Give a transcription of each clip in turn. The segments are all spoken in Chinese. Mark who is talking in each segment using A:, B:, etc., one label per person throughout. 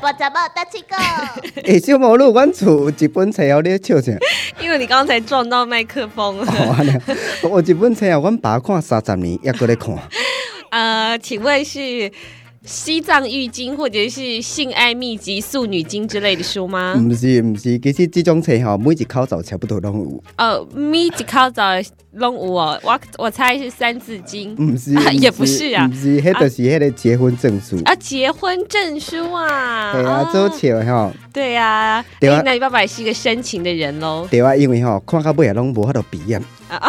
A: 八十八搭七个，
B: 诶、欸小毛路，阮厝有一本册哦，你在笑啥？
C: 因为你刚才撞到麦克风了。
B: 哦，安尼，我有一本册啊，阮爸看三十年，抑搁咧 看。
C: 呃，请问是西藏浴巾或者是性爱秘籍、素女经之类的书吗？
B: 毋是毋是，其实即种册吼，每一口罩差不多拢有。
C: 呃，咪一靠早弄我哦，我我猜是三字经，
B: 毋是
C: 也不是啊
B: 毋是，迄著是迄个结婚证书。
C: 啊，结婚证书啊。
B: 对啊，做笑的吼，
C: 对呀、
B: 对啊
C: 诶那你爸爸也是一个深情的人喽。
B: 对啊，因为吼，看到尾啊，拢无法度毕业。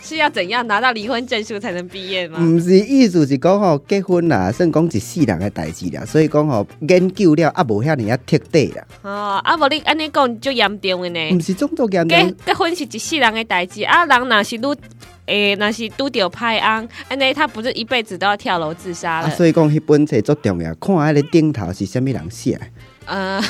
C: 是要怎样拿到离婚证书才能毕业吗？
B: 毋是，意思是讲吼，结婚啦，算讲一世人的代志啦，所以讲吼，研究了啊，无遐尼啊彻底啦，
C: 哦，啊，无你安尼讲就严重的
B: 毋
C: 呢。
B: 是种种严
C: 结
B: 重。
C: 结婚是一世人的代志，啊，人若是拄诶，若是拄着歹翁，安尼他不是一辈子都要跳楼自杀
B: 啊，
C: 了？
B: 所以讲迄本册足重要，看迄个顶头是啥物人写的，
C: 呃，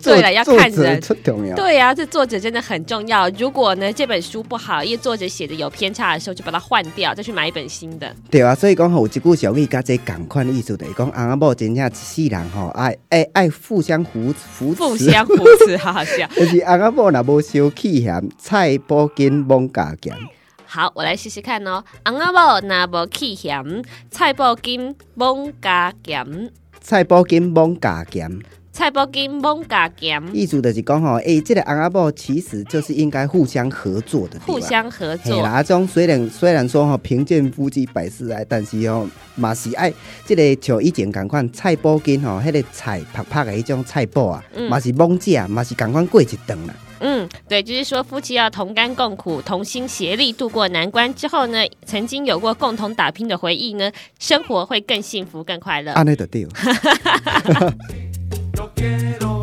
B: 作
C: 对啦要看人
B: 作者出重要。
C: 对呀、啊这作者真的很重要。如果呢这本书不好，因为作者写的有偏差的时候，就把它换掉，再去买一本新的。
B: 对啊，所以讲吼，有一句俗语甲这共款的意思，就是讲翁仔某真正一世人吼，爱爱爱互相扶扶
C: 互
B: 持。
C: 相扶持，好好笑。
B: 就是翁仔某若无小气嫌，菜脯根罔加咸。
C: 好，我来试试看哦。昂阿某若无气嫌，菜脯金猛加咸，
B: 菜脯根罔加咸，
C: 菜脯金猛加咸，
B: 意思就是讲吼，诶、即、个翁仔某其实就是应该互相合作的，
C: 互。相合
B: 嘿啦，
C: 作。
B: 啊，种虽然虽然说吼贫贱夫妻百事哀，但是吼、嘛是爱即、个像以前共款菜脯根吼，迄、个菜拍拍的迄种菜脯啊，
C: 嗯
B: 嘛、是罔食，嘛是共款过一顿啊啦。
C: 嗯，对，就是说夫妻要同甘共苦，同心协力度过难关之后呢，曾经有过共同打拼的回忆呢，生活会更幸福、更快乐。
B: 安尼就对了。
D: Yo quiero